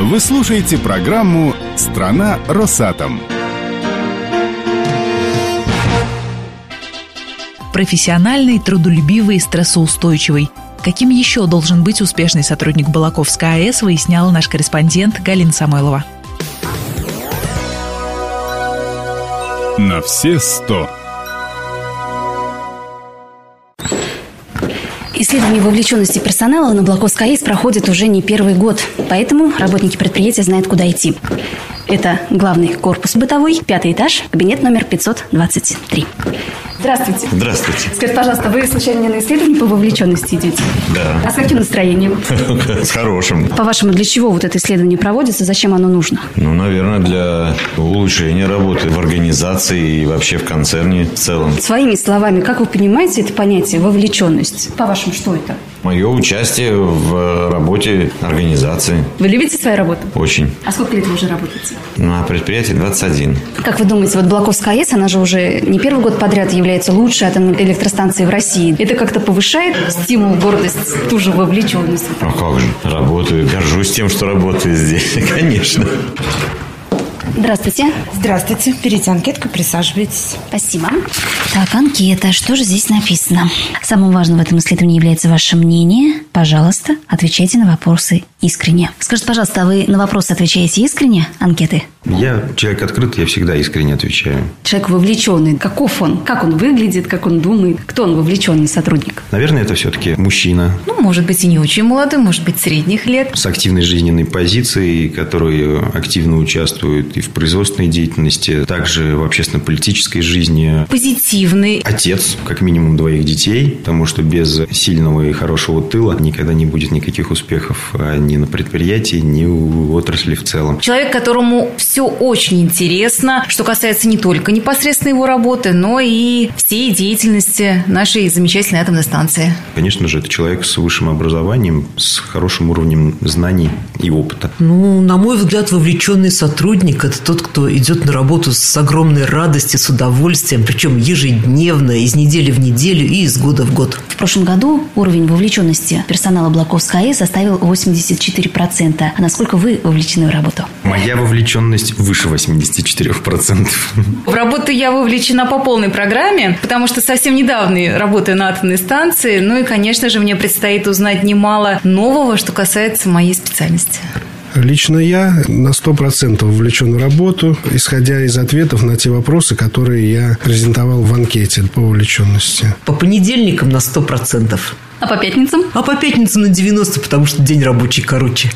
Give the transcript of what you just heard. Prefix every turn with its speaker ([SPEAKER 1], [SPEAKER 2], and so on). [SPEAKER 1] Вы слушаете программу «Страна Росатом».
[SPEAKER 2] Профессиональный, трудолюбивый, стрессоустойчивый. Каким еще должен быть успешный сотрудник Балаковской АЭС, выясняла наш корреспондент Галина Самойлова.
[SPEAKER 1] На все сто.
[SPEAKER 3] Исследование вовлеченности персонала на Блаковской АИС проходит уже не первый год, поэтому работники предприятия знают, куда идти. Это главный корпус бытовой, пятый этаж, кабинет номер 523. Здравствуйте.
[SPEAKER 4] Здравствуйте.
[SPEAKER 3] Скажите, пожалуйста, вы случайно не на исследование по вовлеченности идете?
[SPEAKER 4] Да.
[SPEAKER 3] А с каким настроением?
[SPEAKER 4] С хорошим.
[SPEAKER 3] По-вашему, для чего вот это исследование проводится, зачем оно нужно?
[SPEAKER 4] Ну, наверное, для улучшения работы в организации и вообще в концерне в целом.
[SPEAKER 3] Своими словами, как вы понимаете это понятие вовлеченность? По-вашему, что это?
[SPEAKER 4] Мое участие в э, работе организации.
[SPEAKER 3] Вы любите свою работу?
[SPEAKER 4] Очень.
[SPEAKER 3] А сколько лет вы уже работаете?
[SPEAKER 4] На предприятии 21.
[SPEAKER 3] Как вы думаете, вот Блаковская АЭС, она же уже не первый год подряд является лучшей атомной электростанцией в России. Это как-то повышает стимул, гордость, ту же вовлеченность?
[SPEAKER 4] А как же? Работаю. Горжусь тем, что работаю здесь, конечно.
[SPEAKER 3] Здравствуйте.
[SPEAKER 5] Здравствуйте. Берите анкетку, присаживайтесь.
[SPEAKER 3] Спасибо. Так, анкета. Что же здесь написано? Самым важным в этом исследовании является ваше мнение. Пожалуйста, отвечайте на вопросы искренне. Скажите, пожалуйста, а вы на вопросы отвечаете искренне? Анкеты?
[SPEAKER 4] Я человек открыт, я всегда искренне отвечаю.
[SPEAKER 3] Человек вовлеченный. Каков он? Как он выглядит? Как он думает? Кто он вовлеченный сотрудник?
[SPEAKER 4] Наверное, это все-таки мужчина
[SPEAKER 6] Ну, может быть, и не очень молодой, может быть, средних лет.
[SPEAKER 4] с активной жизненной позицией, который активно участвует и в производственной деятельности, также в общественно-политической жизни.
[SPEAKER 6] Позитивный.
[SPEAKER 4] Отец, как минимум, двоих детей, потому что без сильного и хорошего тыла никогда не будет никаких успехов а, ни на предприятии, ни у отрасли в целом.
[SPEAKER 6] Человек, которому все очень интересно, что касается не только непосредственно его работы, но и всей деятельности нашей замечательной атомной станции.
[SPEAKER 4] Конечно же, это человек с высшим образованием, с хорошим уровнем знаний и опыта.
[SPEAKER 7] Ну, на мой взгляд, вовлеченный сотрудник – это тот, кто идет на работу с огромной радостью, с удовольствием, причем ежедневно, из недели в неделю и из года в год.
[SPEAKER 3] В прошлом году уровень вовлеченности персонала Блаковской АЭС составил 84%. А насколько вы вовлечены в работу?
[SPEAKER 4] Моя вовлеченность выше 84%.
[SPEAKER 6] В работу я вовлечена по полной программе, потому что совсем недавно работаю на атомной станции. Ну и, конечно же, мне предстоит узнать немало нового, что касается моей специальности.
[SPEAKER 8] Лично я на 100% вовлечен в работу, исходя из ответов на те вопросы, которые я презентовал в анкете по вовлеченности.
[SPEAKER 7] По понедельникам на 100%,
[SPEAKER 3] А по пятницам?
[SPEAKER 7] а по пятницам на 90%, потому что день рабочий короче.